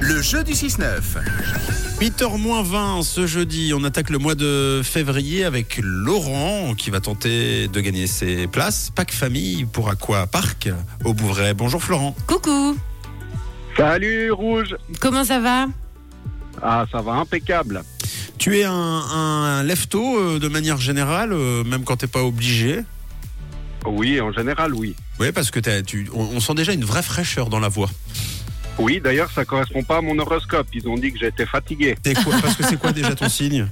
Le jeu du 6-9. 8h20 ce jeudi, on attaque le mois de février avec Laurent qui va tenter de gagner ses places. Pack famille pour Aqua Park au Bouvray. Bonjour Florent. Coucou, Salut Rouge comment ça va Ah ça va impeccable. Tu es un, un lefto euh, de manière générale, euh, même quand t'es pas obligé. Oui, en général oui. Oui, parce que t'as- tu, on, on sent déjà une vraie fraîcheur dans la voix. Oui, d'ailleurs ça correspond pas à mon horoscope. Ils ont dit que j'étais fatigué. T'es quoi- parce que c'est quoi déjà ton signe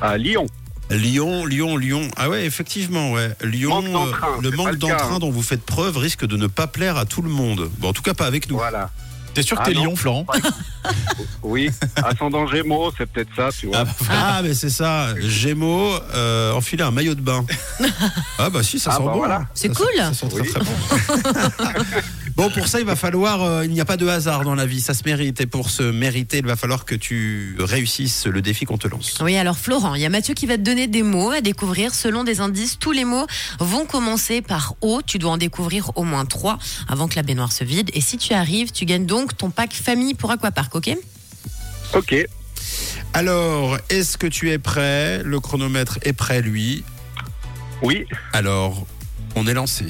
À Lyon. Lyon, Lyon, Lyon. Ah ouais, effectivement, ouais. Lyon, euh, Manque d'entrain, le c'est pas manque le cas, d'entrain hein. dont vous faites preuve risque de ne pas plaire à tout le monde. Bon, en tout cas, pas avec nous. Voilà. T'es sûr que Ah t'es non. Lyon, Florent Oui, ascendant Gémeaux, c'est peut-être ça, tu vois. Ah, bah, ah, mais c'est ça, Gémeaux, euh, enfiler un maillot de bain. Ah bah si, ça Ah, sent bah, bon. voilà. hein. C'est Ça cool. sent- ça sent très, Oui. très bon. Bon, pour ça, il va falloir, euh, il n'y a pas de hasard dans la vie, ça se mérite. Et pour se mériter, il va falloir que tu réussisses le défi qu'on te lance. Oui, alors Florent, il y a Mathieu qui va te donner des mots à découvrir selon des indices. Tous les mots vont commencer par O. Tu dois en découvrir au moins trois avant que la baignoire se vide. Et si tu arrives, tu gagnes donc ton pack famille pour Aquapark, ok bah. Ok, Alors, est-ce que tu es prêt Le chronomètre est prêt, lui. oui, Alors, on est lancé.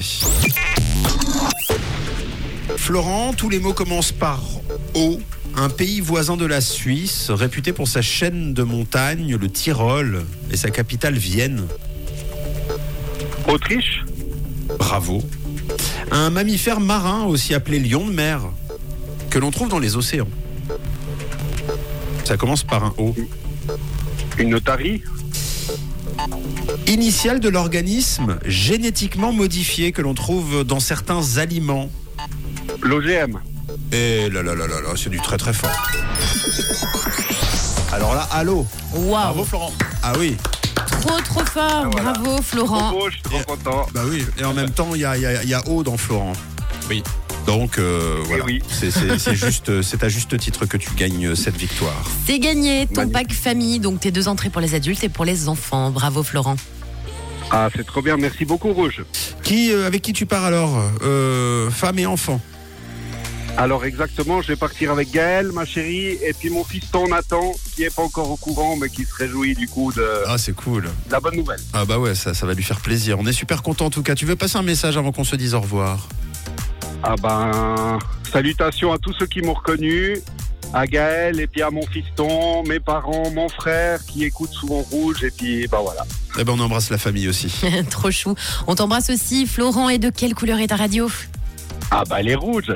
Florent, tous les mots commencent par O. Un pays voisin de la Suisse, réputé pour sa chaîne de montagnes, le Tyrol, et sa capitale Vienne. Autriche, Bravo. Un mammifère marin, aussi appelé lion de mer, que l'on trouve dans les océans. Ça commence par un O. une otarie, Initial de l'organisme génétiquement modifié que l'on trouve dans certains aliments. l'OGM. Et Eh là là là là là, c'est du très très fort. Alors là, allô Waouh Bravo, Florent. Ah oui, Trop, trop fort voilà. Bravo Oh. Trop Florent beau, je suis trop content. bah oui. Et en même temps, il y a, il y a- il y a haut dans Florent. Oui. Eh Donc euh, voilà, oui. c'est c'est- c'est juste, c'est à juste titre que tu gagnes cette victoire. C'est gagné ton Magnifique. pack famille, donc tes deux entrées pour les adultes et pour les enfants. Bravo Florent. Ah c'est trop bien, merci beaucoup Rouge. Qui, euh, avec qui tu pars alors Euh, Femme et enfant. Alors exactement, je vais partir avec Gaël, ma chérie, et puis mon fiston Nathan, qui est pas encore au courant, mais qui se réjouit du coup de, Ah c'est cool. de la bonne nouvelle. Ah bah ouais, ça, ça va lui faire plaisir. On est super content en tout cas. Tu veux passer un message avant qu'on se dise au revoir Ah ben, salutations à tous ceux qui m'ont reconnu, à Gaël et puis à mon fiston, mes parents, mon frère qui écoute souvent Rouge et puis bah voilà. Eh ben on embrasse la famille aussi. Trop chou. On t'embrasse aussi. Florent, et de quelle couleur est ta radio Ah ben les Rouges,